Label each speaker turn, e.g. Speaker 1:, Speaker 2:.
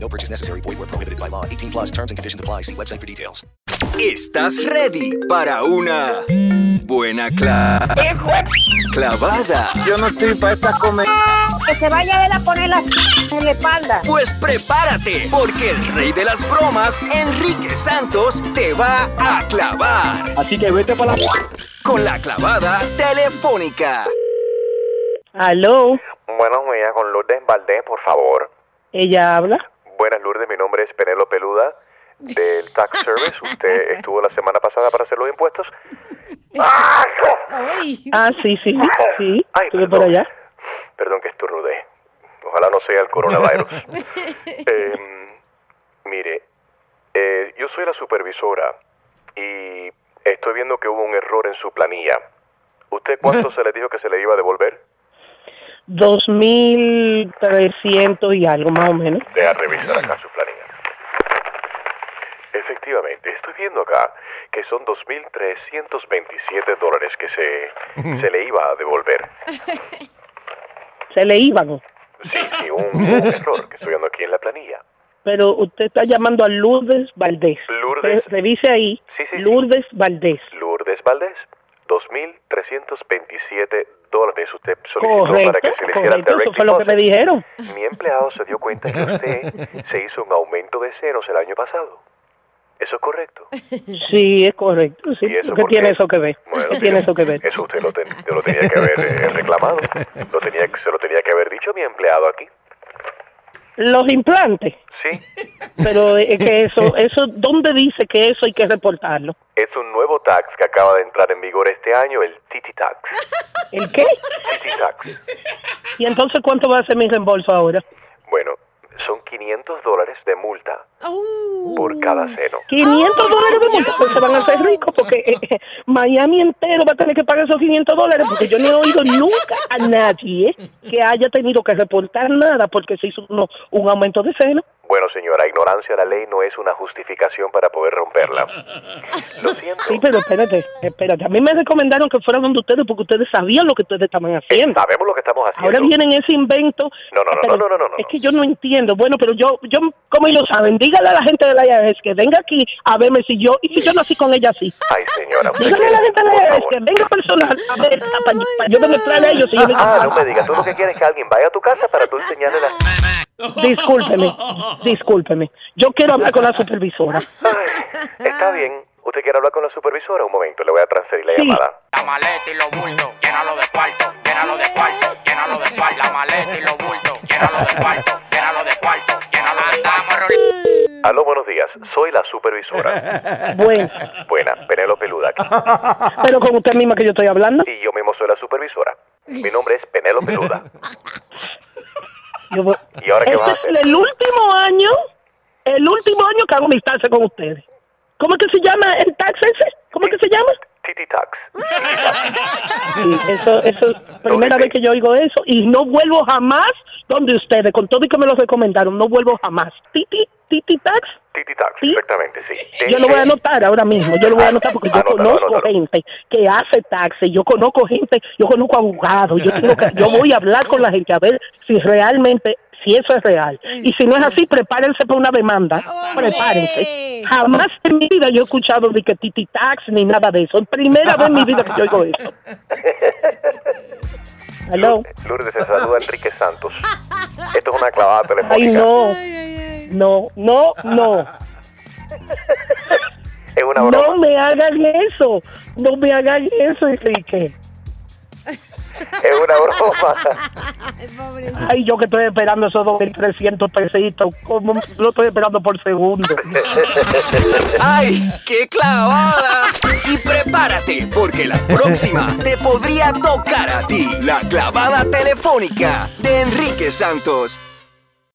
Speaker 1: No purchase necessary. Void where prohibited by law. 18 plus terms and conditions apply. See website for details.
Speaker 2: ¿Estás ready para una buena cla- clavada?
Speaker 3: Yo no estoy para esta comer.
Speaker 4: Que se vaya él a poner la en la espalda.
Speaker 2: Pues prepárate, porque el rey de las bromas, Enrique Santos, te va a clavar
Speaker 3: Así que vete para la.
Speaker 2: con la clavada telefónica.
Speaker 4: Aló,
Speaker 5: Buenos días, con Lourdes Valdés, por favor.
Speaker 4: ella habla.
Speaker 5: Buenas, Lourdes, mi nombre es Penélope Peluda del Tax Service. Usted estuvo la semana pasada para hacer los impuestos. ¡Ah!
Speaker 4: Ah, sí, sí, sí, sí.
Speaker 5: Ay,
Speaker 4: Estuve
Speaker 5: perdón.
Speaker 4: por allá.
Speaker 5: Perdón que estornudé. Ojalá no sea el coronavirus. Em, mire, eh, yo soy la supervisora y estoy viendo que hubo un error en su planilla. ¿Usted cuánto se le dijo que se le iba a devolver?
Speaker 4: Dos mil trescientos y algo más o menos.
Speaker 5: Deja revisar acá su planilla. Efectivamente, estoy viendo acá que son 2.327 dólares que se, se le iba a devolver.
Speaker 4: Se le iban.
Speaker 5: Sí, sí, un, un error que estoy viendo aquí en la planilla.
Speaker 4: Pero usted está llamando a Lourdes Valdés. Re-
Speaker 5: Lourdes.
Speaker 4: revise ahí.
Speaker 5: Sí, sí, sí.
Speaker 4: Lourdes Valdés.
Speaker 5: Lourdes Valdés, 2.327 dólares usted solicitó para que se le hiciera el
Speaker 4: correcto. Eso
Speaker 5: direct
Speaker 4: fue lo que me
Speaker 5: deposit.
Speaker 4: dijeron.
Speaker 5: Mi empleado se dio cuenta que usted se hizo un aumento de ceros el año pasado. Eso es correcto.
Speaker 4: Sí, es correcto. Sí.
Speaker 5: ¿Y eso
Speaker 4: ¿Qué
Speaker 5: por
Speaker 4: tiene
Speaker 5: qué?
Speaker 4: eso que ver?
Speaker 5: Bueno,
Speaker 4: ¿Qué tiene eso que ver?
Speaker 5: Eso usted lo, ten- te lo tenía que haber eh, reclamado. Lo tenía, que- se lo tenía que haber dicho a mi empleado aquí.
Speaker 4: Los implantes.
Speaker 5: Sí,
Speaker 4: Pero es que eso, eso, ¿dónde dice que eso hay que reportarlo?
Speaker 5: es un nuevo tax que acaba de entrar en vigor este año, el Titi Tax.
Speaker 4: ¿El qué?
Speaker 5: Titi Tax.
Speaker 4: ¿Y entonces cuánto va a ser mi reembolso ahora?
Speaker 5: Bueno, son 500 dólares de multa por cada seno.
Speaker 4: 500 dólares de multa, pues se van a hacer ricos porque eh, eh, Miami entero va a tener que pagar esos 500 dólares porque yo no he oído nunca a nadie que haya tenido que reportar nada porque se hizo uno- un aumento de seno.
Speaker 5: Bueno, señora, ignorancia de la ley no es una justificación para poder romperla. Lo siento.
Speaker 4: Sí, pero espérate, espérate. A mí me recomendaron que fuera donde ustedes porque ustedes sabían lo que ustedes estaban haciendo.
Speaker 5: Sabemos lo que estamos haciendo.
Speaker 4: Ahora vienen ese invento.
Speaker 5: No, no, no,
Speaker 4: Pero
Speaker 5: no, no, no, no,
Speaker 4: Es
Speaker 5: no.
Speaker 4: que yo no entiendo. Bueno, pero yo, yo como ellos saben, dígale a la gente de la IAS que venga aquí a verme si yo, y si yo nací con ella así.
Speaker 5: Ay, señora, usted
Speaker 4: Dígale a la
Speaker 5: quiere-
Speaker 4: gente de
Speaker 5: por
Speaker 4: la IAS
Speaker 5: favor.
Speaker 4: que venga personal a ver, pa- pa- pa- yo demostrar a ellos. Y yo les-
Speaker 5: Ah, no me digas. Tú lo que quieres es que alguien vaya a tu casa para tú enseñarle las...
Speaker 4: Discúlpeme, discúlpeme. Yo quiero hablar con la supervisora.
Speaker 5: Ay, está bien. ¿Usted quiere hablar con la supervisora? Un momento, le voy a transferir la
Speaker 4: Sí.
Speaker 5: llamada.
Speaker 6: La maleta y los bultos, llénalo de cuarto, llénalo de cuarto, llénalo de cuarto. La maleta y los bultos, llénalo de cuarto, llénalo de cuarto, llénalo de cuarto.
Speaker 5: Aló, buenos días. Soy la supervisora.
Speaker 4: Bueno,
Speaker 5: Buena, Penélope Luda aquí.
Speaker 4: pero con usted misma que yo estoy hablando,
Speaker 5: Y yo mismo soy la supervisora. Mi nombre es Penélope Luda.
Speaker 4: yo voy-
Speaker 5: ¿Y ahora qué vas a
Speaker 4: Este es
Speaker 5: hacer?
Speaker 4: el último año, el último año que hago mis taxes con ustedes. ¿Cómo es que se llama el tax ese? ¿Cómo es que se llama?
Speaker 5: Titi Tax.
Speaker 4: Sí, eso, eso es primera
Speaker 5: Doble
Speaker 4: vez que yo oigo eso y no vuelvo jamás donde ustedes, con todo y que me lo recomendaron, no vuelvo jamás. Titi, titi tax,
Speaker 5: Titi Tax,
Speaker 4: Sí.
Speaker 5: exactamente, sí.
Speaker 4: yo lo voy a anotar ahora mismo, yo lo voy a anotar porque yo
Speaker 5: Anótalo,
Speaker 4: conozco
Speaker 5: anótalo.
Speaker 4: gente que hace taxi, yo conozco gente, yo conozco abogados, yo, tengo que- yo voy a hablar con la gente a ver si realmente, si eso es real. Y si no es así, prepárense para una demanda, prepárense. Jamás en mi vida yo he escuchado de que titi tax ni nada de eso, es primera vez en mi vida que yo oigo eso. Hello.
Speaker 5: Lourdes, se saluda Enrique Santos. Esto es una clavada telefónica.
Speaker 4: Ay, no. No, no, no.
Speaker 5: Es una broma.
Speaker 4: No me hagan eso. No me hagan eso, Enrique.
Speaker 5: Es una broma.
Speaker 4: Ay, yo que estoy esperando esos 2.300 pesitos. ¿Cómo? Lo estoy esperando por segundo.
Speaker 2: ¡Ay, qué clavada! Y prepárate, porque la próxima te podría tocar a ti la clavada telefónica de Enrique Santos.